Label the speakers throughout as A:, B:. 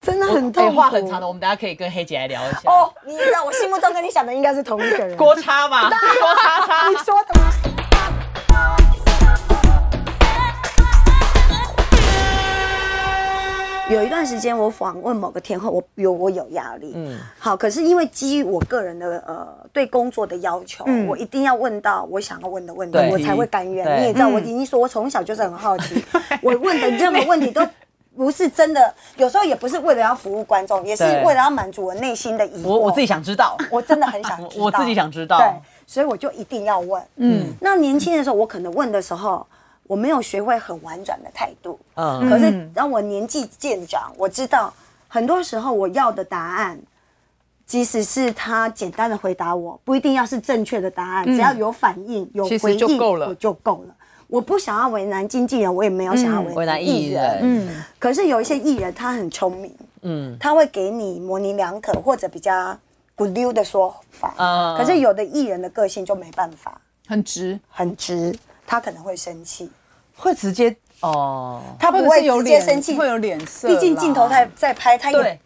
A: 真的很
B: 哎
A: 痛苦。
B: 话很长的，我们大家可以跟黑姐来聊一下。
A: 哦，你知道我心目中跟你想的应该是同一 个人。
B: 锅叉嘛，锅叉叉。
A: 你说的吗？有一段时间，我访问某个天后，我有我有压力，嗯，好，可是因为基于我个人的呃对工作的要求，
C: 嗯
A: 我一定要问到我想要问的问题，
B: 对
A: 我才会甘愿。
B: 对嗯
A: 你也知道，我已经说，我从小就是很好 奇，我问的任何问题都不是真的，有时候也不是为了要服务观众，也是
B: 对
A: 为了要满足我内心的疑惑。
B: 我我自己想知道，
A: 我真的很想知道
B: 我我自己想知道
A: 对，所以我就一定要问。嗯，那年轻的时候，我可能问的时候，我没有学会很婉转的态度。
B: 嗯
A: 可是当我年纪渐长，我知道很多时候我要的答案，即使是他简单的回答我，不一定要是正确的答案，只要有反应、有
C: 其实
A: 回应，
C: 就够了
A: 我就够了。我不想要为难经纪人，我也没有想要
B: 为
A: 为
B: 难
A: 难
B: 艺
A: 艺人
B: 人。，
A: 嗯，可是有一些艺人他很聪明，
B: 嗯，
A: 他会给你模棱两可或者比较骨溜的说法。
B: 嗯
A: 可是有的艺人的个性就没办法，
C: 很直，
A: 很直，他可能会生气，
B: 会直接哦。
A: 他不会直接生气，
C: 会有啊脸色啦，
A: 毕竟镜头在在拍，他也
B: 对，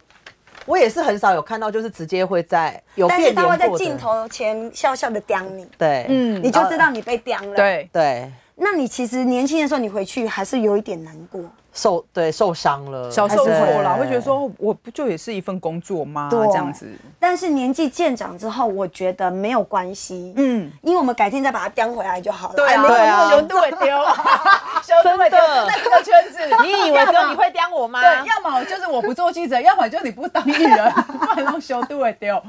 B: 我也是很少有看到，就是直接会在有
A: 但
B: 变
A: 是
B: 脸
A: 他
B: 过
A: 会在
B: 的
A: 镜头前笑笑的刁你，
B: 对，嗯
C: 嗯，
A: 你就知道你被刁了。，
C: 对，
B: 对，
A: 那你其实年轻的时候，你回去还是有一点难过。
B: 受对受伤了，
C: 小受挫啦，
B: 对
C: 会觉得说我不就也是一份工作吗？
A: 对啊
C: 这样子，
A: 但是年纪渐长之后，我觉得没有关系，
C: 嗯，
A: 因为我们改天再把它刁回来就好了。
C: 对
A: 哎
C: 啊，
A: 没有
B: 对啊
C: 胸都会 丢，胸都会丢，在这个圈 子，
B: 你以为只有你会刁我吗？
C: 对，要么就是我不做记者，要么就是你不当艺人， 不然都修都会丢。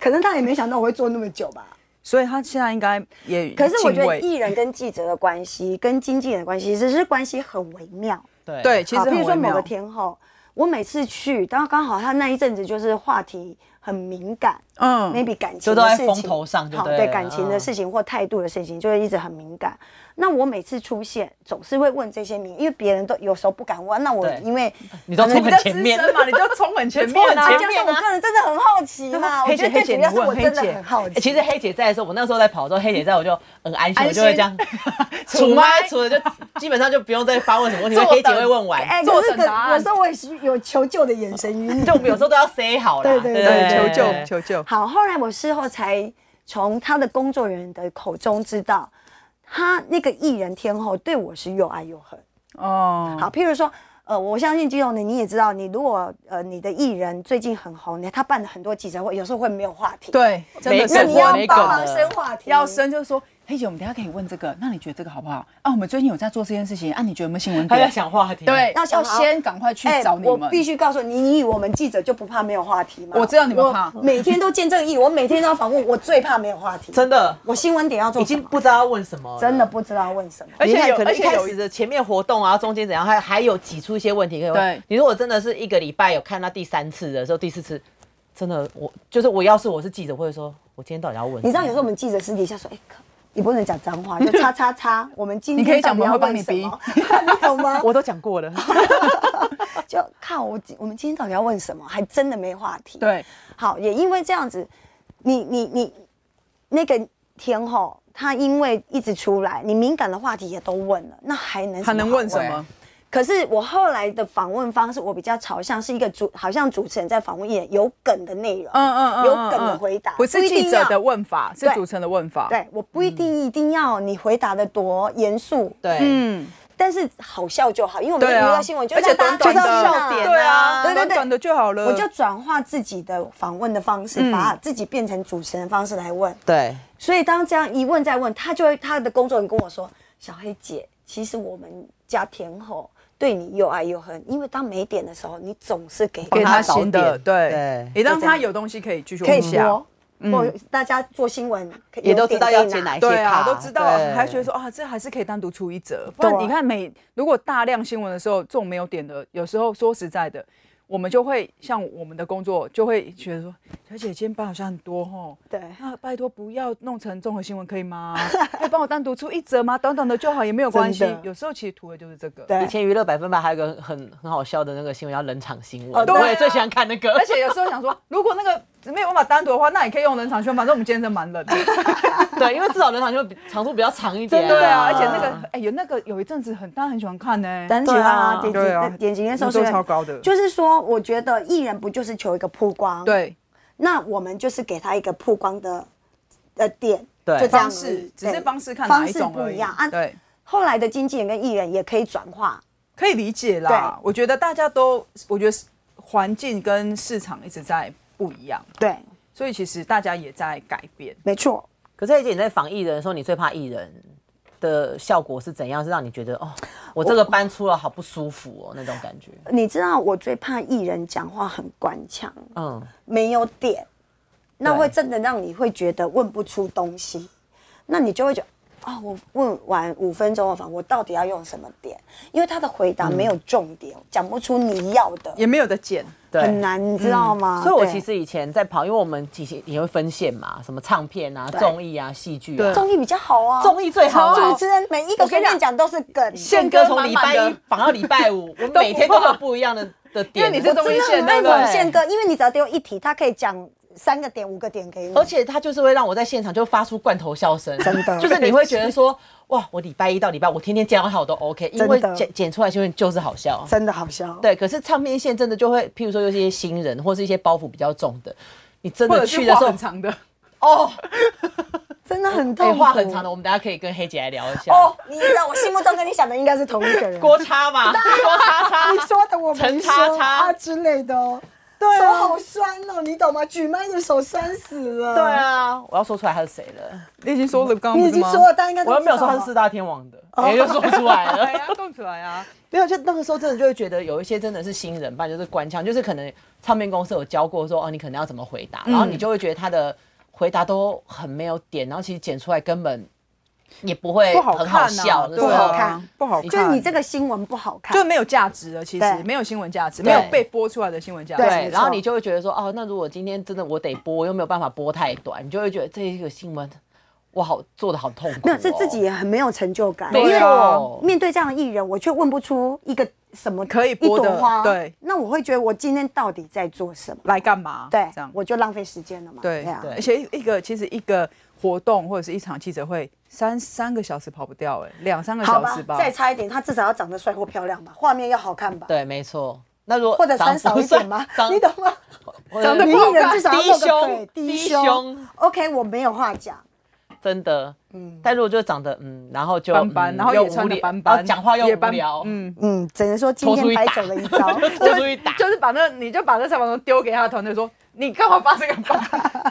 A: 可能他也没想到我会做那么久吧。
C: 所以他现在应该也
A: 可是我觉
C: 敬
A: 得
C: 畏
A: 艺人跟记者的关系，跟经纪人的关系，只是关系很微妙。
B: 对
C: 对，其实
A: 好
C: 很
A: 比如说
C: 微
A: 某
C: 妙
A: 个天后，我每次去，然后刚好他那一阵子就是话题很敏感、m a y
C: 嗯，
A: b e 感情
B: 就都
A: 的
B: 在
A: 事情，
B: 风头上就
A: 好
B: 对
A: 对
B: 了
A: 感情
B: 嗯
A: 的事情或态度的事情，就会一直很敏感。那我每次出现，总是会问这些名，因为别人都有时候不敢问，那我
B: 对
A: 因为
B: 你都冲
C: 你
B: 很
C: 就
B: 前面
C: 资，深嘛，你就 冲很前
B: 冲很
C: 面啊，
B: 前
A: 加
B: 面
A: 上我
B: 啊
A: 个人真的很好奇嘛，我
B: 黑
A: 觉
B: 姐
A: 得最
B: 黑姐，
A: 主
B: 你
A: 要是我
B: 问
A: 真
B: 黑
A: 的
B: 姐
A: 很好，
B: 欸
A: 奇。
B: 其实黑姐在的时候，我那时候在跑的时候，黑姐在我就很安心，我就会这样
C: 心
B: 杵麦杵的，就基本上就不用再发问什么问题，因为
C: 坐
B: 黑姐
C: 等
B: 会问完。
A: 哎，
C: 坐
A: 可是
C: 等
A: 可
C: 答案
A: 有时候我也是有求救的眼神与你
B: 就。我们有时候都要 say 好啦，
A: 对对
C: 对，
A: 对
C: 求救求救，
A: 好，后来我事后才从他的工作人员的口中知道，他那个艺人天后对我是又爱又恨。
C: 哦，
A: 好，譬如说，呃，我相信金融的你也知道，你如果呃你的艺人最近很红，你他办了很多记者会，有时候会没有话题。，
C: 对，真
B: 没
C: 的
A: 那
C: 是
A: 你
B: 生活
A: 要
B: 没梗
A: 帮忙
B: 了
A: 生话题，
C: 要生就是说，黑姐，我们等一下可以问这个，那你觉得这个好不好？啊，我们最近有在做这件事情，啊，你觉得有没有新闻
B: 她在
C: 点？
B: 想话题。
C: 对，
A: 要
C: 要
A: 想好
C: 先赶快去
A: 哎，
C: 找你
A: 我
C: 们。
A: 必须告诉你，你以为我们记者就不怕没有话题吗？
C: 我知道你们怕
A: 我每天都见这个艺，我每天都要访问，我最怕没有话题。
B: 真的
A: 我新闻点要做
B: 已
A: 什
B: 经
A: 么？
B: 不知道要问什么了，
A: 真的不知道问什么。
B: 而
C: 且有
B: 且可能
C: 而
B: 一
C: 且
B: 开
C: 有
B: 始的前面活动啊，中间怎样，还还有挤出一些问题可以问。
C: 对
B: 你如果真的是一个礼拜有看到第三次的时候，第四次，真的我就是我要是我是记者，我会说我今天到底要问什么。
A: 你知道有时候我们记者私底下说，哎、可你不能讲脏 话，就叉叉叉。我们今天
C: 你可以讲
A: 到底
C: 我
A: 要
C: 会帮
A: 问
C: 你
A: 什
C: 逼
A: 么？ 你懂 吗？
B: 我都讲过了，
A: 就靠我今，我们今天到底要问什么？还真的没话题。，
C: 对，
A: 好，也因为这样子，你你你那个天后，她因为一直出来，你敏感的话题也都问了，那还能
C: 还能问
A: 好哎
C: 什么？
A: 可是我后来的访问方式，我比较朝向是一个主，好像主持人在访问艺人有梗的内容，
C: 嗯嗯嗯，
A: 有梗的回答，
C: 不是
A: 一定
C: 记者
A: 要
C: 的问法，是
A: 对
C: 主持人的问法。，嗯
A: 对，我不一定一定要你回答的多严肃，
B: 对，
C: 嗯，
A: 但是好笑就好，因为我们娱
C: 对啊，
A: 乐新闻就
C: 而且
A: 让大家
C: 短短
A: 知道
C: 的
A: 笑点
C: 对
A: 啊。
C: 啊，
A: 对对对
C: 短短的就好了。
A: 我就转化自己的访问的方式，
C: 嗯
A: 把自己变成主持人方式来问。
B: 对，
A: 所以当这样一问再问，他就会他的工作人员跟我说：“小黑姐，其实我们家田后对你又爱又恨，因为当没点的时候，你总是给
C: 给他
B: 找
C: 新的，
B: 点
C: 对
B: 对，
C: 也让
A: 就这样
C: 他有东西可以继续
A: 可以
C: 往下。
A: 说，
C: 嗯
A: 或大家做新闻可以
B: 也都
A: 有点
B: 知道要
A: 可以
B: 接哪一
C: 对啊，
B: 卡
C: 都知道啊
B: 对，
C: 还觉得说啊，这还是可以单独出一折。不然
A: 对
C: 你看每如果大量新闻的时候，这种没有点的，有时候说实在的，我们就会像我们的工作，就会觉得说，小姐今天班好像很多哦，
A: 对
C: 那拜托不要弄成综合新闻可以吗？可以帮我单独出一折吗？短短的就好，也没有关系
A: 真的。
C: 有时候其实图的就是这个。
A: 对
B: 以前娱乐百分百还有一个很很好笑的那个新闻叫冷场新
A: 哦
B: 闻，
A: 对
C: 啊
B: 我也最喜欢看那个，
C: 而且有时候想说，如果那个没有办法单独的话，那你可以用冷场圈，反正我们今天真的蛮冷的。
B: 对，因为至少冷场就比长度比较长一点。
C: 对啊，而且那个哎、有那个有一阵子很大家很喜欢看呢、
A: 很喜欢啊，
B: 对
A: 点
B: 啊
A: 击
C: 对啊
A: 点击跟收视
C: 都
A: 率
C: 超高的
A: 就是说，我觉得艺人不就是求一个曝光？，
C: 对，
A: 那我们就是给他一个曝光的呃点，
B: 对
A: 就这样而
C: 方
A: 已
C: 式只是
A: 对
C: 方式看哪
A: 方
C: 一
A: 式
C: 种
A: 不
C: 而
A: 一
C: 已
A: 样啊。
C: 对，
A: 后来的经纪人跟艺人也可以转化，
C: 可以理解啦。我觉得大家都，我觉得环境跟市场一直在不一样，
A: 对，
C: 所以其实大家也在改变。
A: 没错。
B: 可是，而且你在仿艺人的时候，你最怕艺人的效果是怎样？是让你觉得哦，我这个搬出了好不舒服哦，那种感觉。
A: 你知道我最怕艺人讲话很官腔，
B: 嗯，
A: 没有点，那
B: 对
A: 会真的让你会觉得问不出东西，那你就会觉得哦，我问完五分钟的访，我到底要用什么点？因为他的回答没有重点，讲、不出你要的，
C: 也没有得减，
B: 对，嗯
A: 很难，你知道吗？
B: 所以我
A: 对
B: 其实以前在跑，因为我们其实也会分线嘛，什么唱片啊、
A: 对
B: 综艺啊、戏剧
C: 对
B: 啊，
A: 综艺比较好啊，
B: 综艺最好啊
A: 主持人每一个
B: 我跟
A: 随
B: 你讲
A: 便讲都是梗，
B: 宪哥从礼拜一绑到礼拜五，我每天都有不一样的的点。
C: 因为你 是综艺
A: 真
C: 线
A: 的很
C: 对不对
A: 认同宪哥，因为你只要丢一题，他可以讲三个点、五个点给你，
B: 而且他就是会让我在现场就发出罐头笑声，
A: 真的
B: 就是你会觉得说，哇，我礼拜一到礼拜五天天见到他我都 OK，因为
A: 真的
B: 剪剪出来就会就是好笑。
A: 真的好笑。
B: 对，可是唱片线真的就会，譬如说有一些新人或是一些包袱比较重的，你真
C: 或
B: 的
C: 者去
B: 去
C: 的
B: 的时
C: 时候
B: 候哎
C: 很，长的
B: 哦，
A: 真的很
B: 对，
A: 痛苦。
B: 哎话很长的，我们大家可以跟黑姐来聊一下。
A: 哦，你知道我心目中跟你想的应该是同一 个人，
B: 郭叉 嘛，郭叉叉，
A: 啊你说的我没
B: 陈
A: 说
B: 叉
A: 啊
B: 叉，
A: 之类的哦。对，手好酸哦，你懂吗？举麦的手酸死了。
B: 对，啊，我要说出来他是谁了，
C: 你已经说了，刚刚
A: 你
C: 不
A: 已
C: 是
A: 经
C: 吗？
A: 说了，哦大家应该都
B: 我又没有说
A: 知
B: 他是
A: 道
B: 四大天王的，也就说出来
C: 对
B: 了。
C: 啊，动起来啊！
B: 没有，就那个时候真的就会觉得有一些真的是新人吧，就是官腔，就是可能唱片公司有教过说哦，你可能要怎么回答，
A: 嗯
B: 然后你就会觉得他的回答都很没有点，然后其实剪出来根本也不会
C: 不好
B: 很好
C: 看
B: 笑，
C: 啊，
B: 那
C: 对
B: 时候
A: 不好
C: 啊
A: 看，
C: 不好看。
A: 就是你这个新闻不好看，
C: 就没有价值了，其实
A: 对
C: 没有新闻价值，
B: 对
C: 没有被播出来的新闻价值。
A: 对
B: 对，
A: 没
B: 然后
A: 错
B: 你就会觉得说哦，那如果今天真的我得播，我又没有办法播太短，你就会觉得这一个新闻我好做的好痛苦、哦，
A: 没有，这自己也很没有成就感，
B: 没
A: 因为
B: 错
A: 面对这样的艺人，我却问不出一个什么
C: 可以
A: 一
C: 播
A: 朵
C: 的
A: 花，
C: 对，
A: 那我会觉得我今天到底在做什么？
C: 来干嘛？
A: 对
C: 这样，
A: 我就浪费时间了嘛。
C: 对
A: 啊
C: 对，而且一个其实一个活动或者是一场记者会，三三个小时跑不掉，哎，两三个
A: 好
C: 小
A: 吧
C: 时吧，。
A: 再差一点，他至少要长得帅或漂亮吧，画面要好看吧，
B: 对，没错。那如果
A: 或者
B: 长
A: 穿少
B: 不
A: 一点
B: 帅
A: 嘛，
B: 长
A: 你懂吗？
B: 或者
C: 长得
A: 女
C: 不好
A: 艺人
C: 看
A: 至少要
B: 低
A: 露个
B: 胸
A: 腿，
B: 低胸
A: OK，我没有话讲，
B: 真的，嗯，但如果就长得嗯，然后就
C: 斑斑
B: 嗯
C: 然后
B: 又
C: 也穿
B: 无
C: 得
B: 聊
C: 斑斑
B: 然后讲话又
C: 也
B: 无
C: 斑
B: 聊，
C: 嗯，
A: 嗯，只能说今
B: 拖出
A: 天
B: 一
A: 白
B: 打
A: 走了一招。
B: 拖出去打，
C: 就是把那你就把那采访中丢给他的团队说，你干嘛发这个斑？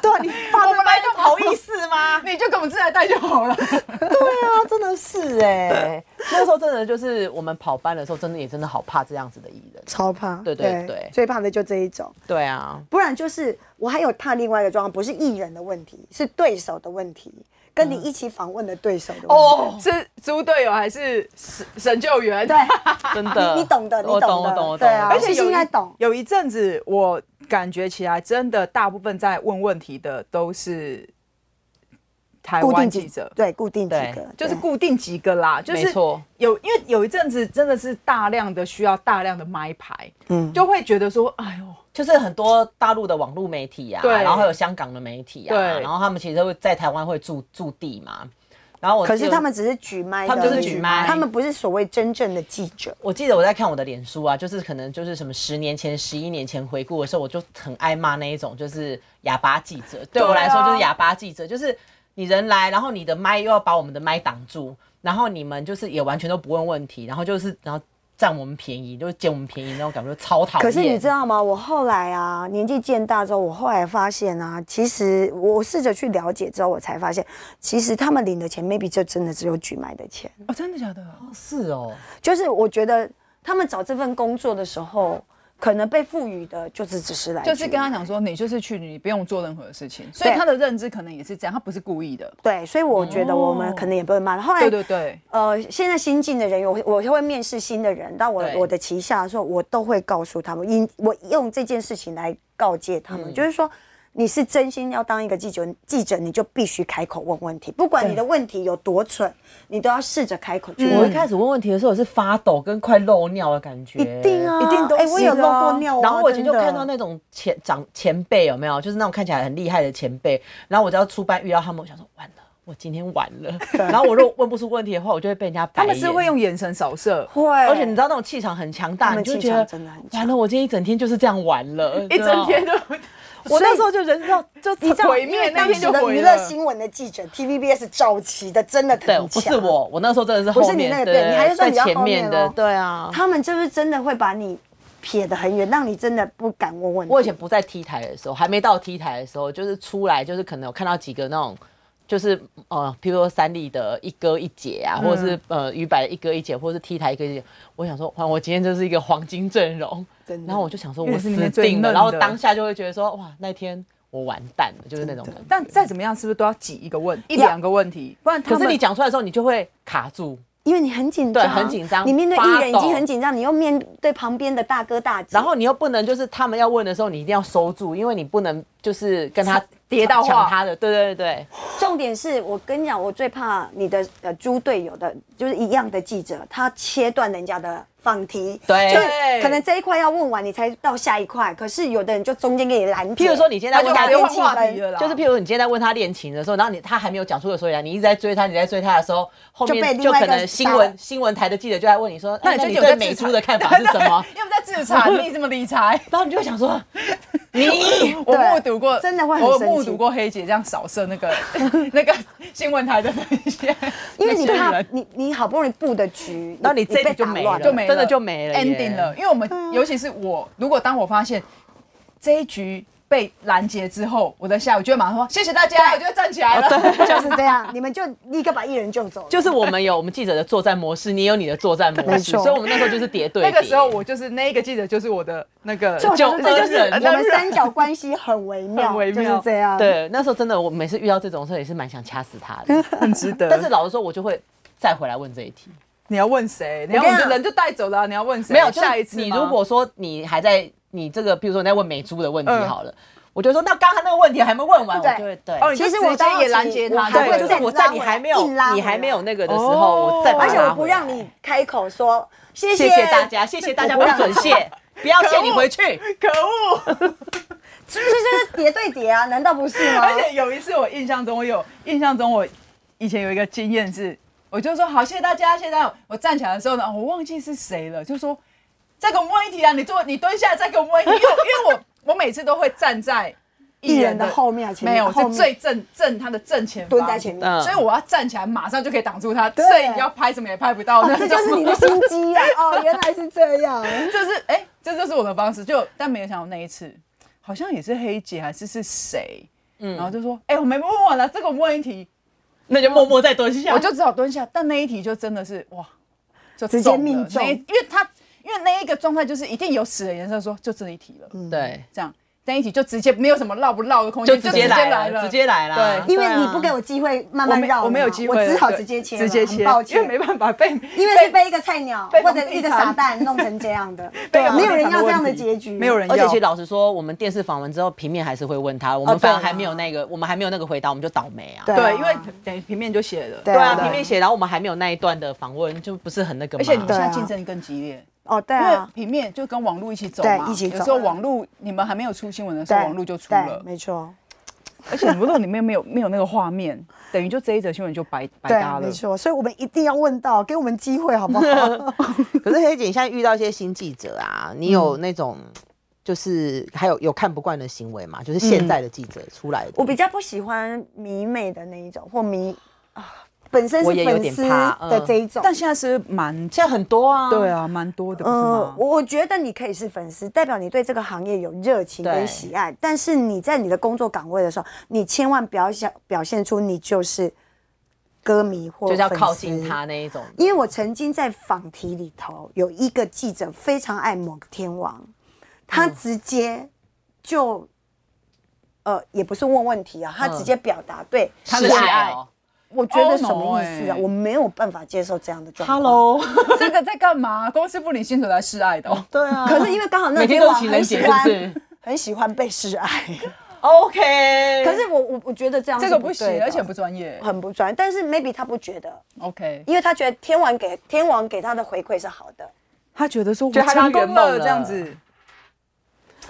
A: 对啊，你发
B: 我们来就好意思吗？
C: 你就给我们自来带就好了。
A: 对啊，真的是哎，
B: 那时候真的就是我们跑班的时候，真的也真的好怕这样子的艺人。
A: 超怕。
B: 对对对
A: 最怕的就这一种。
B: 对啊，
A: 不然就是我还有踏另外一个状况，不是艺人的问题，是对手的问题，跟你一起访问的对手的问题。
B: 哦，
C: 是猪队友还是神神救援？对，
B: 真的，
A: 你你懂的你
B: 我懂，
A: 懂的
B: 我懂，我懂。
A: 对啊
C: 而且有
A: 应该
C: 一
A: 懂
C: 有一阵子，我感觉起来，真的大部分在问问题的都是台
A: 固
C: 湾
A: 定几
C: 记者，
A: 对，固定几
B: 对
A: 个，
C: 就是
A: 对
C: 固定几个啦，就
B: 没
C: 是
B: 错
C: 有，因为有一阵子真的是大量的需要大量的麦牌，
A: 嗯
C: 就会觉得说，哎呦，
B: 就是很多大陆的网络媒体啊，
C: 对
B: 然后还有香港的媒体啊，
C: 对
B: 然后他们其实会在台湾会驻驻地嘛。然后我
A: 可是
B: 记得
A: 他们只是举麦的，
B: 哦他们就是举麦
A: 他们不是所谓真正的记者。
B: 我记得我在看我的脸书啊，就是可能就是什么十年前、十一年前回顾的时候，我就很爱骂那一种就是哑巴记者。对我
C: 对啊
B: 来说就是哑巴记者，就是你人来，然后你的麦又要把我们的麦挡住，然后你们就是也完全都不问问题，然后就是然后占我们便宜，就是捡我们便宜那种感觉，超讨厌。
A: 可是你知道吗？我后来啊，年纪渐大之后，我后来发现啊，其实我试着去了解之后，我才发现，其实他们领的钱，maybe 就真的只有举麦的钱。
C: 哦，真的假的？
B: 是哦，
A: 就是我觉得他们找这份工作的时候，可能被赋予的就是只是来
C: 就是跟他
A: 举
C: 讲说，你就是去，你不用做任何事情，所以
A: 对
C: 他的认知可能也是这样，他不是故意的。
A: 对，所以我觉得我
B: 哦
A: 们可能也不会骂。后来
C: 对对对，
A: 呃，现在新进的人员，我我会面试新的人到我
B: 对
A: 我的
B: 嗯
A: 旗下的时候，我都会告诉他们，因我用这件事情来告诫他们，就是说你是真心要当一个记者，记者你就必须开口问问题，不管你的问题有多蠢，你都要试着开口去
B: 我一
A: 问。
B: 开始问问题的时候，我是发抖跟快漏尿的感觉，
A: 一定啊，
C: 一定都
A: 哎、
C: 是
A: 我有
C: 的
A: 漏
C: 啊
A: 过尿啊。
B: 然后我以前就
A: 真的
B: 看到那种前长前辈有没有，就是那种看起来很厉害的前辈，然后我只要出班遇到他们，我想说完了，我今天完 了。然后我如果问不出问题的话，我就会被人家白
C: 他
B: 眼
C: 们是会，用眼神扫射，
A: 会，
B: 而且你知道那种气场很强大，
A: 他
B: 你
A: 们
B: 就
A: 气
B: 觉得
A: 场真的很强
B: 完了，我今天一整天就是这样完 了，
C: 一整天
B: 的。
C: 的。
B: 我那时候就人到就
C: 你知道
B: 毁
C: 因
B: 灭
C: 为
B: 那
C: 当
A: 当
B: 天
A: 时
B: 就
A: 的
C: 毁
A: 娱乐
C: 了
A: 新闻的记者 TVBS 找齐的真的很
B: 对
A: 强，，
B: 不是我，我那时候真的是
A: 不是
B: 后
A: 你
B: 面
A: 那个
B: 对
A: 对你还是说
B: 在
A: 你要
B: 前
A: 后
B: 面
A: 面哦
B: 的，
A: 咯
B: 对啊。
A: 他们就是真的会把你撇得很远，让你真的不敢问问题。
B: 我以前不在 T 台的时候，还没到 T 台的时候，就是出来就是可能有看到几个那种，就是呃，譬如说三立的一哥一姐啊，或者是
C: 嗯
B: 呃于白的一哥一姐，或者是 T 台一哥一姐，我想说，哇，我今天就是一个黄金阵容，
A: 真的
B: 然后我就想说
C: 因为
B: 我
C: 是里面
B: 死
C: 最
B: 定了，
C: 嫩
B: 然后
C: 的
B: 当下就会觉得说，哇，那天我完蛋了，就是那种感觉。
C: 但再怎么样，是不是都要挤一个问一两个问题？不然他
B: 可
C: 们
B: 是你讲出来的时候，你就会卡住，
A: 因为你很紧张，
B: 对很紧张
A: 你面对艺人已
B: 发抖
A: 经很紧张，你又面对旁边的大哥大姐，
B: 然后你又不能就是他们要问的时候，你一定要收住，因为你不能就是跟他
C: 跌到话
B: 抢他的，对对对对。
A: 重点是我跟你讲，我最怕你的呃猪队友的，就是一样的记者，他切断人家的放题，
B: 对
A: 就是可能这一块要问完，你才到下一块，可是有的人就中间给你拦截，
B: 譬如说，你现在
C: 就
B: 问他
C: 改变
B: 恋
A: 变
B: 情
A: 气
C: 话题
A: 氛，
C: 了啦。
B: 就是譬如你今天在问他恋情的时候，然后你他还没有讲出个所以然，你一直在追他，你在追他的时候，后
A: 就被
B: 面
A: 另
B: 就
A: 外一
B: 可
A: 个
B: 能新
A: 杀
B: 闻
A: 了
B: 新闻台的记者就在问你说，哎那
C: 最
B: 你
C: 近有在
B: 对
C: 制
B: 美珠
C: 裁
B: 的看法是什
C: ？
B: 么
C: 要不在自产，你怎么理财？
B: 然后你就会想说， 你
C: 我
A: 对
C: 目睹过，
A: 真的会很
C: 我有
A: 生气
C: 目睹过黑姐这样扫射那 个那个新闻台的那些，
A: 因为你
C: 那些
A: 怕
C: 人
A: 你你好不容易布的局，
B: 啊然后你这
A: 被
B: 里就
A: 打
B: 没
A: 乱
B: 了
C: 就没了
B: 真的就没了耶
C: ending 了。因为我们
A: 啊
C: 尤其是我，如果当我发现这一局被拦截之后，我的下午就会马上说谢谢大家，我就会站起来了。
A: 就是这样，你们就立刻把艺人救走了，
B: 就是我们有我们记者的作战模式，你有你的作战模
A: 没
B: 式，
A: 错
B: 所以我们那时候就是叠对
C: 那
B: 叠。
C: 个时候我就是那一个记者，就是我的那个
A: 就
B: 救
A: 这就是
B: 恩人
A: 我们三角关系很微妙，
C: 很微妙
A: 就是这样，，
B: 对那时候真的，我每次遇到这种事也是蛮想掐死他的，
C: 很值得。
B: 但是老实说，我就会再回来问这一题。
C: 你要问谁？你要
A: 我跟你
C: 问
A: 讲
C: 人就带走了啊，你要问谁？
B: 没有，就是
C: 下一次吗
B: 你如果说你还在你这个，比如说你在问美珠的问题
C: 嗯
B: 好了，我就说那刚才那个问题还没问完，
A: 对
B: 我就会对。
C: 哦，你就
A: 其实我
C: 直接
A: 当
C: 也
A: 时
C: 拦截他
A: 我
C: 对
A: 还
B: 啊对，
A: 会
B: 就
A: 再
B: 是我在
A: 拉
B: 你
A: 回
B: 还
A: 来
B: 没有
A: 硬拉
B: 你还
A: 回
B: 没有
A: 来
B: 那个的时候，
C: 哦
B: 我再把它
A: 而且我不
B: 拉回来
A: 让你开口说谢
B: 谢谢大家，谢谢大家不准谢， 不要谢你 回去。
C: 可恶。
A: 这就是叠对叠啊，难道不是吗？
C: 而且有一次我印象中，我有印象中我以前有一个经验是，我就说好，谢谢大家，谢谢大家。我站起来的时候呢，我忘记是谁了，就说再给我摸一题啊，你坐，你蹲下来再给我 摸一题，因为我因为我我每次都会站在
A: 艺人的后面，前面
C: 没有，我
A: 后面
C: 是最正正他的正前方
A: 蹲在前面，
B: 嗯
C: 所以我要站起来，马上就可以挡住他，
A: 对
C: 摄影要拍什么也拍不到，
A: 哦
C: 那，
A: 这
C: 种
A: 就是你的心机 啊！哦，原来是这样，
C: 就是哎、这就是我的方式。就但没有想到那一次，好像也是黑姐还是是谁，
A: 嗯
C: 然后就说哎、我没问完了，这个我问一题，
B: 那就默默再蹲
A: 啊
B: 下。
C: 我就只好蹲下。但那一题就真的是哇，就
A: 直接
C: 中了
A: 命中
C: 那一因为他因为那一个状态就是一定有死的颜色，说就这一题了，
A: 嗯
B: 对，
C: 这样那一题就直接没有什么绕不绕的空间，
B: 就直接来了，直接来啦。啊
C: 对
A: 因为你不给我机会慢
C: 我
A: 慢
C: 没
A: 绕嘛，
C: 我没有机会了，
A: 我只好
C: 对
A: 直接切了，
C: 直接
A: 很
C: 切，
A: 抱
C: 因为
A: 歉，
C: 没办法被
A: 因为是被一个菜鸟
C: 被
A: 或者
C: 被
A: 一个
C: 被
A: 傻蛋弄成这样的，
C: 被
A: 啊没有
C: 非
A: 人
C: 常
A: 要这样
C: 问
A: 的
C: 题
A: 结局，
C: 没有人要，
B: 而且其实老实说，我们电视访问之后，平面还是会问他，我们
A: 哦
B: 反而
A: 对啊
B: 还没有那个，我们还没有那个回答，我们就倒霉啊。
A: 对
C: 对，因为等于平面就写了，
A: 对
B: 对啊，
A: 对
B: 平面写，然后我们还没有那一段的访问，就不是很那个嘛。
C: 而且你们
A: 对
C: 现在
A: 啊
C: 竞争更激烈。
A: 哦，对
C: 因为
A: 啊，
C: 平面就跟网络一起走嘛，
A: 对一起走
C: 有时候网络你们还没有出新闻的时
A: 对，
C: 候，网络就出了
A: 对，没错，
C: 而且如果里面没有没有那个画面，等于就这一则新闻就白白
A: 对
C: 搭，了
A: 没。错，所以我们一定要问到，给我们机会好不好？
B: 可是黑姐，你现在遇到一些新记者啊，你有那种、就是还有有看不惯的行为嘛？就是现在的记者出来的，
A: 我比较不喜欢迷妹的那一种，或迷啊，本身
B: 我
A: 是
B: 也有
A: 粉
B: 点
A: 丝
B: 怕嗯
A: 的这一种。
C: 但现在是蛮
B: 现在很多啊，
C: 对，啊，蛮多的，不是
A: 呃
C: 吗，？
A: 我我觉得你可以是粉丝，代表你对这个行业有热情
B: 对
A: 跟喜爱。但是你在你的工作岗位的时候，你千万不要想表现出你就是歌迷或
B: 就是要
A: 粉丝
B: 靠近他。那一种。
A: 因为我曾经在访题里头有一个记者非常爱某个天王，
B: 嗯
A: 他直接就、呃也不是问问题啊，他
B: 嗯
A: 直接表达对
C: 他的
B: 是
C: 喜爱
B: 哦哎
A: 我觉
C: Oh
A: 得
C: no，
A: 什么意思啊？
C: 欸
A: 我没有办法接受这样的状况。
B: ，Hello，
C: 这个在干嘛？公司不领薪水来示爱的 哦。
B: 对啊，
A: 可是因为刚好那
B: 每
A: 个天
B: 天都
A: 王
B: 情人
A: 很
B: 节
A: 喜
B: 是不
A: 欢
B: 是？
A: 很喜欢被示爱，
B: OK，
A: 可是我我我觉得这样
C: 这
A: 是
C: 个不
A: 对
C: 行，
A: 的
C: 而且不专业。
A: 很不专。但是 maybe 他不觉得，
C: OK，
A: 因为他觉得天王给天王给他的回馈是好的。
C: 他觉得说我
B: 觉得他
C: 成
B: 就圆
C: 功
B: 梦
C: 了这样
B: 了
C: 子，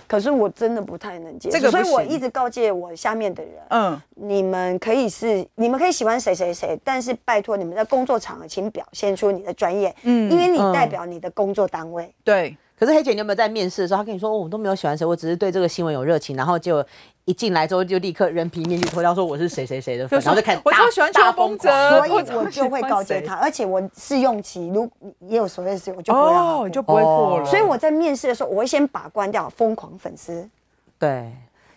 A: 可是我真的不太能接受，
C: 这个不
A: 所
C: 行
A: 以我一直告诫我下面的人，
C: 嗯，
A: 你们可以是你们可以喜欢谁谁谁，但是拜托你们在工作场合请表现出你的专业，
C: 嗯
A: 因为你
B: 嗯
A: 代表你的工作单位。
C: 对，
B: 可是黑姐，你有没有在面试的时候，她跟你说、哦、我都没有喜欢谁，我只是对这个新闻有热情，然后结果一进来之后就立刻人皮面具脱掉，说我是谁谁谁的粉，
C: 就说
B: 然后就开始
C: 我
B: 大
C: 超喜欢
B: 大
C: 邱
B: 疯狂
C: 风泽
A: 所以
C: 我怎么
A: 我就会
C: 喜欢
A: 告诫
C: 谁
A: 他，而且嗯 我试用期如也有所谓试用，我就不会让他
C: 哦，
A: 过
C: 你就不会过了。
A: 所以我在面试的时候，我会先把关掉疯狂粉丝，
B: 对，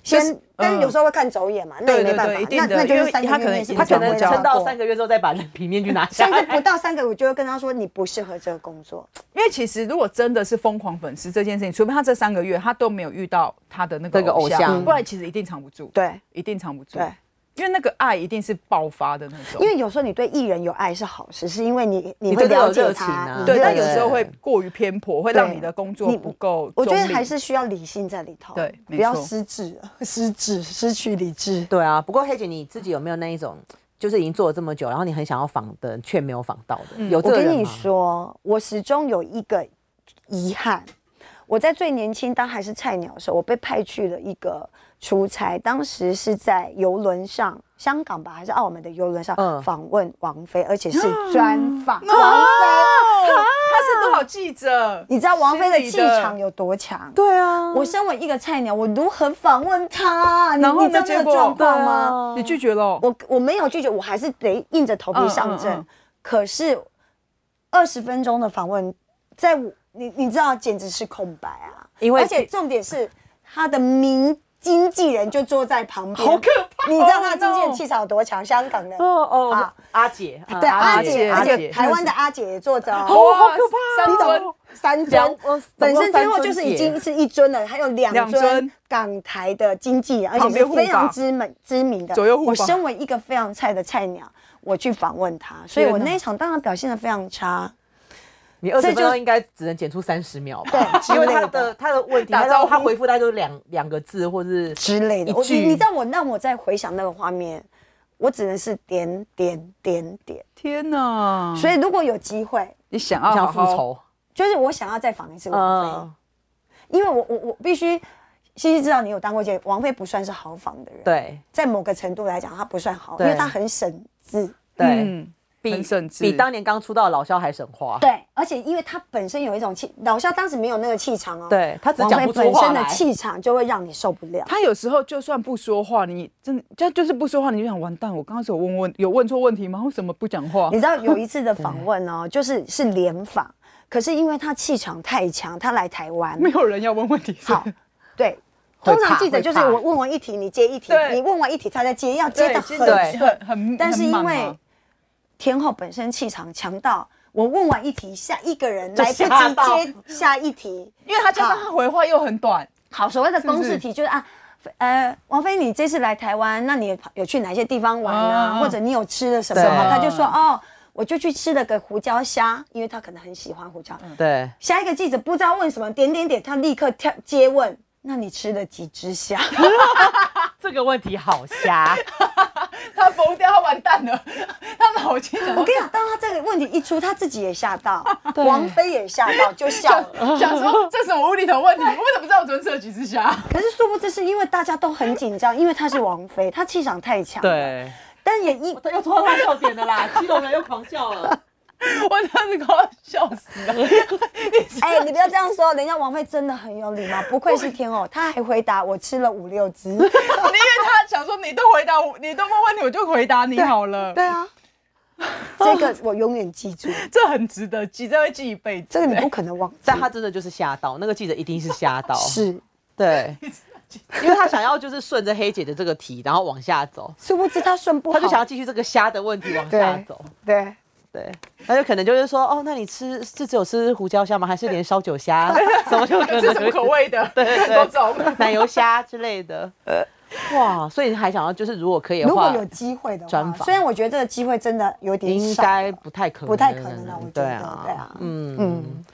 A: 先，
C: 就是嗯
A: 但是有时候会看走眼嘛，那也没
C: 对对
A: 办
C: 对
A: 法，
C: 一定
A: 那
C: 的
A: 那就
C: 因
A: 是
C: 为
A: 三个
C: 他
A: 月
C: 可能
A: 面试
B: 她
C: 他
A: 就
B: 可
A: 不会
B: 能
A: 让
B: 撑
A: 他
B: 到
A: 过
B: 三个月之后再把人皮面具拿
A: 甚
B: 下
A: 至
B: 来。
A: 不到三个，我就会跟他说你不适合这个工作。
C: 因为其实如果真的是疯狂粉丝这件事情，除非他这三个月他都没有遇到他的那个
B: 这个偶像嗯
C: 不然其实一定藏不住，，
A: 对，
C: 一定藏不住，
A: 对，
C: 因为那个爱一定是爆发的那种，
A: 因为有时候你对艺人有爱是好事，是因为你你会
B: 真的有
A: 了解
B: 热情
A: 他
B: 啊，
A: 你
C: 对，
A: 热
C: 但
A: 情
C: 有时候会过于偏颇，会让
A: 对
C: 你的工作
A: 你
C: 不够中立。
A: 我觉得还是需要理性在里头，
C: 对
A: 不
C: 没
A: 要
C: 错
A: 失智了，失智，失去理智。
B: 对啊，不过黑姐你自己有没有那一种，就是已经做了这么久，然后你很想要仿的却没有仿到的？有这
A: 我
B: 个
A: 跟
B: 人
A: 你
B: 吗？
A: 说，我始终有一个遗憾。我在最年轻，当还是菜鸟的时候，我被派去了一个出差，当时是在游轮上，香港吧还是澳门的游轮上
B: 嗯
A: 访问王菲，而且是
C: 啊
A: 专访王
C: 哦
A: 菲。
C: 他是多少记者？
A: 你知道王菲的
C: 心里
A: 气
C: 的
A: 场有多强？
B: 对啊，
A: 我身为一个菜鸟，我如何访问她？你
C: 然后
A: 你知道
C: 呢
A: 那
C: 结
A: 个
C: 果
A: 状况
B: 对
A: 吗
B: 啊？
C: 你拒绝了哦，
A: 我我没有拒绝，我还是得硬着头皮上阵。
C: 嗯嗯嗯
A: 可是二十分钟的访问，在我你你知道，简直是空白啊！
B: 因为
A: 而且重点是他的名经纪人就坐在旁边，
C: 好可怕！哦
A: 你知道他的经纪
C: no
A: 人气场有多强？香港的。
B: 哦哦，
A: 啊
B: 阿姐，啊
A: 对，阿
C: 姐
A: 姐，
C: 阿
A: 而
C: 姐
A: 且台湾的阿姐也坐着哦，
C: 哇，
B: 好可怕
C: 三
A: 你
C: 尊
A: 懂三
B: 两
A: 尊
B: 呃，
A: 本身
B: 总共三
A: 最后
B: 尊
A: 就是已
B: 姐
A: 经是一尊了，还有两
C: 两尊
A: 尊港台的经纪人，而
C: 旁
A: 且
C: 边
A: 是
C: 护法
A: 非常知名知名的。
C: 左右护法
A: 我身为一个非常菜的菜鸟，我去访问他，所以我
C: 天哪
A: 那一场当然表现的非常差。
B: 你二
A: 这
B: 十
A: 就
B: 分钟应该只能剪出三十秒吧？
A: 对
B: 因为
A: 之类
B: 他
A: 的
B: 的他的问题，
C: 打
B: 他
C: 招
B: 他
C: 呼
B: 他回复大概就是两两个字或是
A: 之类的。
B: 一
A: 我
B: 句
A: 你你知道我让我再回想那个画面，我只能是点点点点。
C: 天哪！
A: 所以如果有机会，
C: 你想要
B: 想
C: 好
B: 复
C: 好，
B: 仇，
A: 就是我想要再访一次王
B: 嗯，
A: 菲，因为我我我必须。西西知道你有当过姐，王菲不算是好访的人，，
B: 对
A: 在某个程度来讲，她不算好，因
B: 对
A: 为她很省字，
B: 对，
C: 嗯，
B: 比
C: 很省智
B: 比当年刚出道的老肖还省话，
A: 对，而且因为他本身有一种气，老肖当时没有那个气场哦，
B: 对他只
A: 王
B: 讲
A: 菲
B: 不出
A: 本
B: 话
A: 身的
B: 来，
A: 气场就会让你受不了。
C: 他有时候就算不说话，你真的就就是不说话，你就想完蛋。我刚刚是有问问有问错问题吗？为什么不讲话
A: 你？知道有一 次的访问哦，就是是联访，可是因为他气场太强，他来台湾，
C: 没有人要问问题。
A: 好， 对。
B: 会
A: 通常
B: 怕
A: 记者
B: 会
A: 就是
B: 怕
A: 我问完一题，你接一题，
C: 对
A: 你问完一题，他再接，要接
C: 对，
A: 的
C: 真
A: 很
C: 的
B: 对
A: 顺。
C: 很很，
A: 但是
C: 很
A: 因
C: 忙
A: 为
C: 啊
A: 天后本身气场强到，我问完一题，下一个人
B: 就
A: 来不及
B: 吓到
A: 接下一题，
C: 因为他加上他回话又很短，
A: 好，所谓的
C: 是不
A: 公
C: 是
A: 式题就是啊，呃，王菲，你这次来台湾，那你有去哪些地方玩
C: 嗯
A: 啊？
C: 嗯
A: 或者你有吃了什么
B: 对
A: 吗？他就说哦，我就去吃了个胡椒虾，因为他可能很喜欢胡椒。
B: 对，
A: 下一个记者不知道问什么，点点点，他立刻跳接问，那你吃了几只 虾？
B: 这个问题好瞎，
C: 他疯掉，他完蛋了， 他脑筋想
A: 我
C: 说
A: 跟你讲，当他这个问题一出，他自己也吓 到，王菲也吓到，就笑了。
C: 想说这什么无厘头问题，我怎么知道我昨天吃了几只虾？
A: 可是殊不知是因为大家都很紧张，因为她是王菲，她气场太强。，
B: 对，
A: 但也因
B: 又戳到他笑点的啦，激动的又狂笑了，
C: 我当时快要笑死了。
A: 哎、你不要这样说，人家王菲真的很有礼貌，不愧是天后。她还回答我吃了五六 只，
C: 因为他想说你都回答我，你都问问题，我就回答你好了。
A: 对啊，这个我永远记住，
C: 这很值得记，这会记一辈子。
A: 这个你不可能忘记
B: 但。他真的就是吓到，那个记者一定是吓 到，
A: 是，
B: 对，因为他想要就是顺着黑姐的这个题，然后往下走，
A: 殊不知她顺不好，
B: 他就想要继续这个瞎的问题往下
A: 对
B: 走。
A: 对，
B: 对，他就可能就是说，哦，那你吃是只有吃胡椒虾吗？还是连烧酒虾 什么就可能
C: 这什么口味的？
B: 对对
C: 很 多种。
B: 奶油虾之类的？哇，所以你还想要就是如果可以的
A: 如果
B: 话，
A: 有机会的
B: 专
A: 话，
B: 访
A: 虽然我觉得这个机会真的有点
B: 应
A: 少，
B: 该不太可能，
A: 不太可能啊我觉得
B: 对啊，
A: 对啊
B: 嗯嗯
A: 嗯。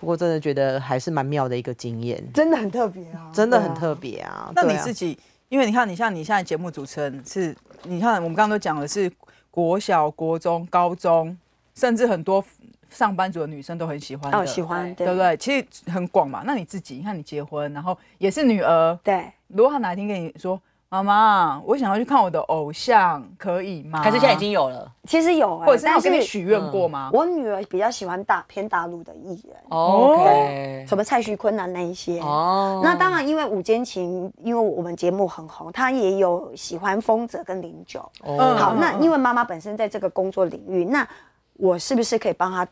B: 不过真的觉得还是蛮妙的一个经验，
A: 真的很特别啊，
B: 真的很
A: 对啊
B: 特别啊。
C: 那
B: 对
C: 你
B: 啊
C: 自己因为你看，你像你现在节目主持人是，你看我们刚刚都讲的是国小、国中、高中，甚至很多上班族的女生都很喜欢的，
A: 哦，喜欢
C: 对不
A: 对
C: 对？其实很广嘛。那你自己，你看你结婚，然后也是女儿，
A: 对，
C: 如果她哪一天跟你说：“妈妈，我想要去看我的偶像，可以吗？”
B: 还是现在已，经有了
A: 其实有欸，
C: 或者是她有
A: 但
C: 跟你
A: 是
C: 许愿过吗？嗯
A: 我女儿比较喜欢大偏大陆的艺人，
B: 哦？OK，
A: 什么蔡徐坤啊那一些。
B: 哦
A: 那当然，因为《午间情》，因为我们节目很红，她也有喜欢丰泽跟林九。
C: 嗯
A: 好，
B: 哦，
A: 那因为妈妈本身在这个工作领域，那我是不是可以帮她？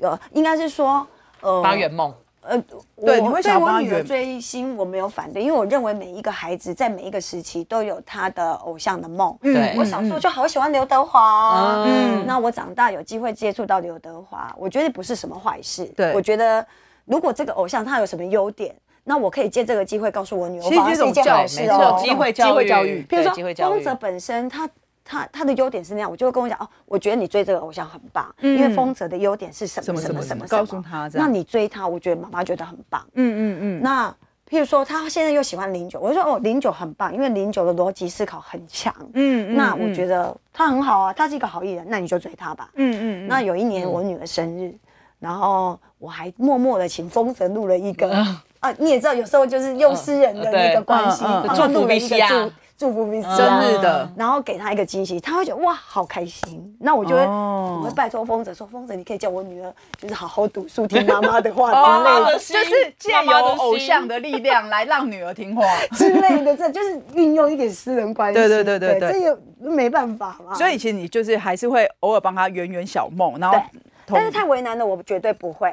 A: 呃，应该是说，呃，
B: 八圆梦，
A: 呃，
C: 对
A: 我
C: 你
A: 对
C: 会想要帮
A: 我
C: 他
A: 女儿
C: 圆
A: 追星，我没有反对，因为我认为每一个孩子在每一个时期都有他的偶像的梦。
C: 嗯
B: 对
A: 我小时候就好喜欢刘德华，
B: 嗯
A: 嗯，那我长大有机会接触到刘德华，我觉得不是什么坏事。
C: 对
A: 我觉得如果这个偶像他有什么优点，那我可以借这个机会告诉我女儿，
C: 其实
A: 反而是一件
C: 这种
A: 好
C: 教育
A: 事
B: 没
C: 是
A: 哦
B: 错，。
C: 这
B: 机
C: 种
B: 会
C: 机会
B: 教
C: 教
B: 育，
C: 育
A: 譬如
B: 对
A: 说
B: 机会教
A: 丰
B: 育
A: 泽本身他他他的优点是那样，我就会跟我讲哦，我觉得你追这个偶像很棒，
C: 嗯
A: 因为丰泽的优点是什
C: 什
A: 么什
C: 么什
A: 么
C: 么
A: 什
C: 什
A: 么
C: 么，
A: 什么
C: 告诉她这
A: 那
C: 样。
A: 你追他，我觉得妈妈觉得很棒。
C: 嗯嗯嗯，
A: 那譬如说他现在又喜欢零九，我就说哦零九很棒，因为零九的逻辑思考很强。
C: 嗯
A: 那我觉
C: 得，
A: 得他很好啊，他是一个好艺人，那你就追他吧。
C: 嗯嗯，
A: 那有一年我女儿生日，然后我还默默的请风神录了一个、啊，你也知道，有时候就是用私人的那个关系，
C: 嗯嗯嗯嗯
A: 帮他录了一个
B: 祝福 VCR
A: 祝祝福 VCR
C: 生日的
A: 然后给他一个惊喜，他会觉得哇好开心。那我就会、
C: 哦
A: 我会拜托风泽说，风泽你可以叫我女儿就是好好读书，听妈妈的 话之类
B: 妈
C: 哦
A: 的
B: 妈。的心
C: 就是借
B: 妈妈
C: 由
B: 的
C: 偶
B: 心
C: 像的力量来让女儿听话。
A: 之类的，这就是运用一点私人关系。
C: 对对对对对
A: 这也没办法嘛。
C: 所以，其实你就是还是会偶尔帮她圆圆小梦，然后
A: 对
C: 同，
A: 但是太为难了，我绝对不会。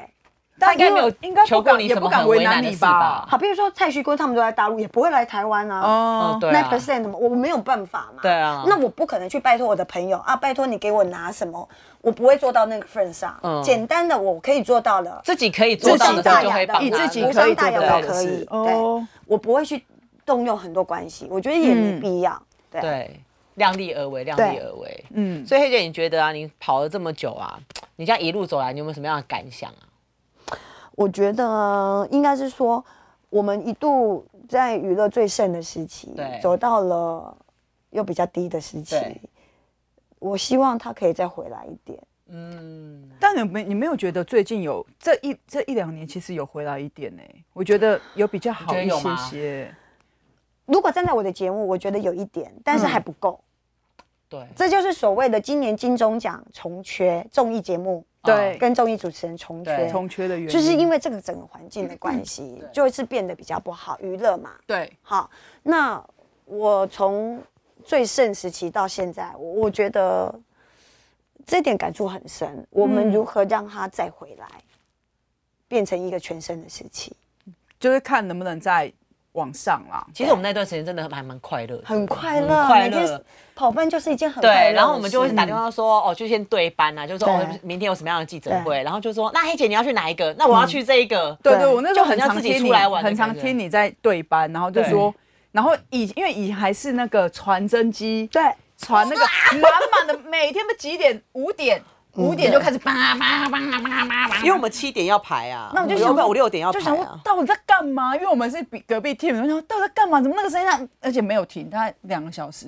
C: 但
B: 应该没有
C: 因为应该
B: 求
C: 不
B: 过
C: 敢
B: 你
C: 也
B: 什
C: 不
B: 么
C: 敢
B: 很
C: 为
B: 为
C: 难
B: 难的
C: 你
B: 事
C: 吧
B: 吧？
A: 好，比如说蔡徐坤他们都在大陆，也不会来台湾啊。
B: 哦
C: 哦，
B: 对
A: 那
B: 啊，
A: percent 嘛，我没有办法嘛。
B: 对啊
A: 那我不可能去拜托我的朋友啊，拜托你给我拿什么，我不会做到那个份上。
B: 嗯
A: 简单的我可以做到了，
B: 自己可以做到
C: 自己
B: 的
C: 大
B: 事
C: 雅
B: 就会
A: 的
B: 帮
C: 以
B: 他
C: 自己
A: 无
B: 了
C: 可以
A: 伤
C: 做
A: 大
C: 得
A: 雅
C: 到
A: 我
C: 的
A: 可以
C: 事。
A: 对
C: 哦，
A: 我不会去动用很多关系，我觉得也没
C: 嗯
A: 必要。对，
B: 对，量力而为，量
A: 对
B: 力而为。
C: 嗯，
B: 所以黑姐，你觉得啊，你跑了这么久啊，你这样一路走来，你有没有什么样的感想啊？
A: 我觉得呃应该是说，我们一度在娱乐最盛的时期
B: 对，
A: 走到了又比较低的时期
B: 对。
A: 我希望他可以再回来一点。
B: 嗯，
C: 但你没你没有觉得最近有这一这一两年其实有回来一点呢、我觉得有比较好一
B: 你觉得有
C: 些
B: 吗
C: 些。
A: 如果站在我的节目，我觉得有一点，但是
C: 嗯
A: 还不够。
B: 对，
A: 这就是所谓的今年金钟奖重缺综艺节目，啊
C: 对
A: 跟综艺主持人重
B: 对嗯
A: 缺，
C: 重缺的原因，
A: 就是因为这个整个环境的关系，就是变得比较不好。娱乐嘛，
C: 对
A: 好，那我从最盛时期到现在，我我觉得这点感触很深。
B: 嗯
A: 我们如何让它再回来，变成一个全盛的时期，
C: 就是看能不能再往上啦。
B: 其实我们那段时间真的还蛮快乐的，
A: 很快
B: 很
A: 乐，
B: 嗯快
A: 每天
B: 乐。
A: 跑班就是一件很快乐的
B: 对，
A: 事
B: 然后我们就会打电话说，哦，就先对班啊，就说哦
A: 对，
B: 明天有什么样的记者会，然后就说，那黑姐你要去哪一个？那我要去这一个。
C: 对
A: 对
C: 对，我那时
B: 就
C: 候很
B: 很像
C: 常
B: 自己
C: 听
B: 出
C: 你，
B: 来玩的
C: 很常
B: 感觉
C: 听你在对班，然后就
B: 对
C: 说，然后以因为以还是那个传真机，
A: 对。
C: 传那个满满的，每天不几点？五点，五点就开始叭叭叭叭叭叭叭。
D: 因为我们七点要排啊，
A: 那我就
D: 原
A: 想
D: 本
A: 说
D: 五六点要
C: 就
D: 排
C: 想说
D: 啊。
C: 到底在干嘛？因为我们是比隔壁 team，我想说到底在干嘛？怎么那个声音上，而且没有停，大概两个小时。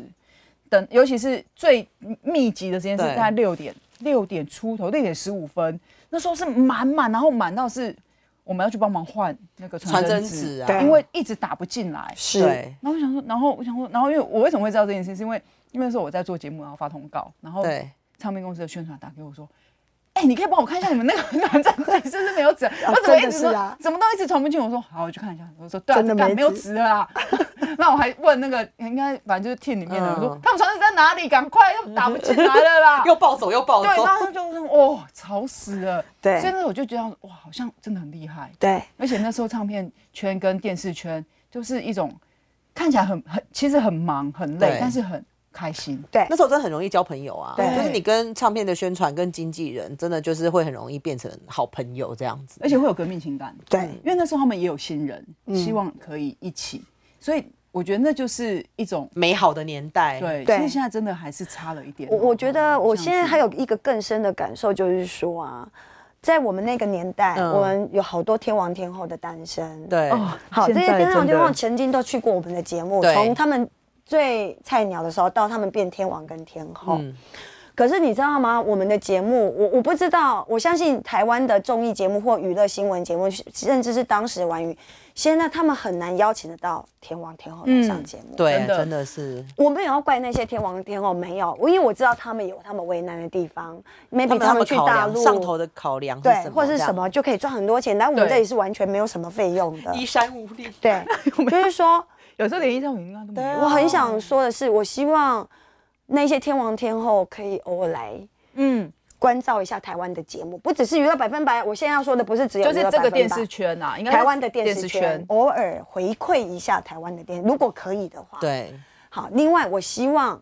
C: 等，尤其是最密集的时间是
D: 对
C: 大概六点，六点出头，六点十五分，那时候是满满，然后满到是我们要去帮忙换那个传
D: 传
C: 真
D: 真
C: 纸
D: 纸
A: 对
D: 啊，
C: 因为一直打不进来。
A: 是
D: 对
C: 然后我想说，然后我想说，然后因为我为什么会知道这件事，是因为因为那时候我在做节目，然后发通告，然后
D: 对，
C: 唱片公司的宣传打给我说。哎、你可以帮我看一下你们那个 网站到底是不是没有纸？我怎么
A: 哦真
C: 一直
A: 的
C: 说，
A: 是啊
C: 怎么都一直传不进？我说好，我去看一下。我说对啊，
A: 真的
C: 干
A: 没
C: 没有
A: 纸
C: 纸了啦。 那我还问那个应该反正就是 team 里面的，我说
D: 嗯。
C: 他们传纸在哪里？赶快，又打不进来了啦
D: 又暴走又暴
C: 对，
D: 走
C: 然，后他就说哦，吵死了。
A: 对
C: 所以那时候我就觉得哇，好像真的很厉害。
A: 对
C: 而且那时候唱片圈跟电视圈就是一种看起来很很，其实很忙很累
D: 对，
C: 但是很开心。
A: 对
D: 那时候真的很容易交朋友啊，
A: 对
D: 就是你跟唱片的宣传跟经纪人，真的就是会很容易变成好朋友这样子。
C: 而且会有革命情感，
A: 对嗯
C: 因为那时候他们也有新人，希望可以一起，所以我觉得那就是一种
D: 美好的年代，，
C: 对。
A: 对
C: 所以现在真的还是差了一点哦。
A: 我我觉得我现在还
C: 有
A: 有一个更深的感受，就是说啊，在我们那个年代，
D: 嗯
A: 我们有好多天王天后的诞生。，
D: 对，
C: 哦，
A: 好，这
C: 现
A: 些
C: 在
A: 天王
C: 真的
A: 天后曾经都去过我们的节目，
D: 对
A: 从他们最菜鸟的时候，到他们变天王跟天后。
C: 嗯
A: 可是你知道吗？我们的节目，我我不知道，我相信台湾的综艺节目或娱乐新闻节目，甚至是当时玩娱，现在他们很难邀请得到天王天后来
C: 嗯
A: 上节目。
D: 对，
C: 真的
D: 真的是，
A: 我没有要怪那些天王天后，没有，我因为我知道他们有他们为难的地方，maybe 他们去
D: 考
A: 大
D: 量
A: 陆
D: 上头的考量是
A: 对
D: 什么，
A: 或是
D: 这样
A: 什么就可以赚很多钱，来我们
C: 对
A: 这里是完全没有什么费用的。
D: 衣山无力。
A: 对，就是说，
C: 有时候连一张名单都没
D: 对
C: 有。
D: 啊
A: 我很想说的是，我希望那些天王天后可以偶尔来
C: 嗯，
A: 关照一下台湾的节目，不只是娱乐百分百。我现在要说的不是嗯只有
C: 就是
A: 娱
C: 这个
A: 乐百分百
C: 电视，圈呐、啊，应该是
A: 台湾的电视圈，偶尔回馈一下台湾的电，如果可以的话。，
D: 对，
A: 好。另外，我希望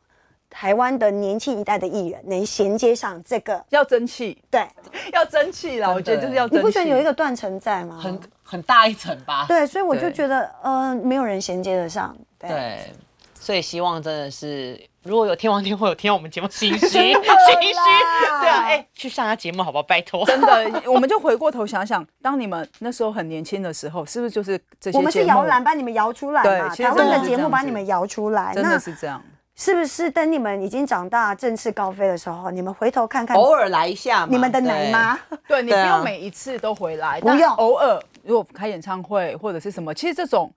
A: 台湾的年轻一代的艺人能衔接上这个。
C: 要争气，
A: 对，
C: 要争气啦！我觉得就是要
A: 你
C: 争气。
A: 不觉得有一个断层在吗？
B: 很很大一层吧？
A: 对，所以我就
B: 对
A: 觉得，呃，没有人衔接得上。对
B: 对，所以希望真的是，如果有天王天后有听到我们节目，心虚心虚，对啊，哎、去上他节目好不好？拜托。
C: 真的，我们就回过头想想，当你们那时候很年轻的时候，是不是就是这些节目？
A: 我们是摇篮把你们摇出来
C: 对
A: 嘛，
C: 其实
A: 台
C: 真
A: 湾
C: 的
A: 的
C: 是
A: 节
C: 这
A: 目
C: 样
A: 把
C: 子
A: 你们摇出来，
C: 真
A: 那
C: 的是这样。
A: 是不是等你们已经长大、振翅高飞的时候，你们回头看看
D: 偶尔来一下嘛。
A: 你们的
D: 对
A: 奶妈？
C: 哦对你不
D: 对啊
C: 用每一次都回来，
A: 不
C: 但
A: 用
C: 偶尔如果开演唱会或者是什么，其实这种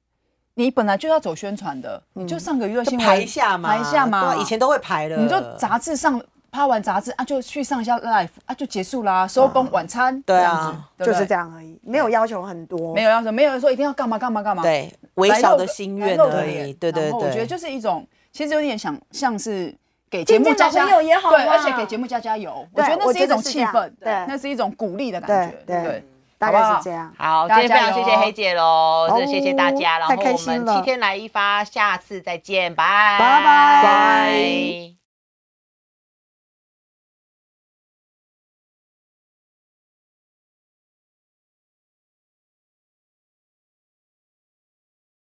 C: 你本来就要走宣传的，你就上个娱乐
D: 嗯就
C: 新闻
D: 排一下嘛，
C: 排一下嘛。
D: 对啊以前都会排的，
C: 你就杂志上拍完杂志啊，就去上一下 live 啊，就结束啦，收工晚餐
D: 对啊
C: 这样子，对不
A: 就
C: 对
A: 是这，样而已，没有要求很多。
C: 没有要求，没有人说一定要干嘛干嘛干嘛，
D: 对微
C: 来
D: 小
C: 露
D: 的
C: 个
D: 心
C: 来
D: 愿
C: 露个
D: 而
C: 脸
D: 已。对对
C: 然后
D: 对，
C: 我觉得就是一种，其实有点想像是给节
A: 见
C: 目
A: 见
C: 加
A: 老朋
C: 加
A: 友也好啊
C: 对，
A: 嘛
C: 而且给节目加加油，我
A: 对
C: 觉得那
A: 我
C: 是
A: 觉
C: 一
A: 得
C: 种
A: 是
C: 气
A: 这样
C: 氛，
A: 对
C: 那是一种鼓励的感觉
A: 对，
C: 对不
A: 对
C: 对，，
A: 大
C: 好不
A: 概
C: 好
A: 是这样。
B: 好，今
C: 大家
B: 天非常谢谢
C: 加油
B: 黑姐喽，真的谢谢大
A: 哦
B: 家，然后
A: 太开
B: 我
A: 心
B: 们
A: 了
B: 七天来一发，下次再见，拜
A: 拜拜
D: 拜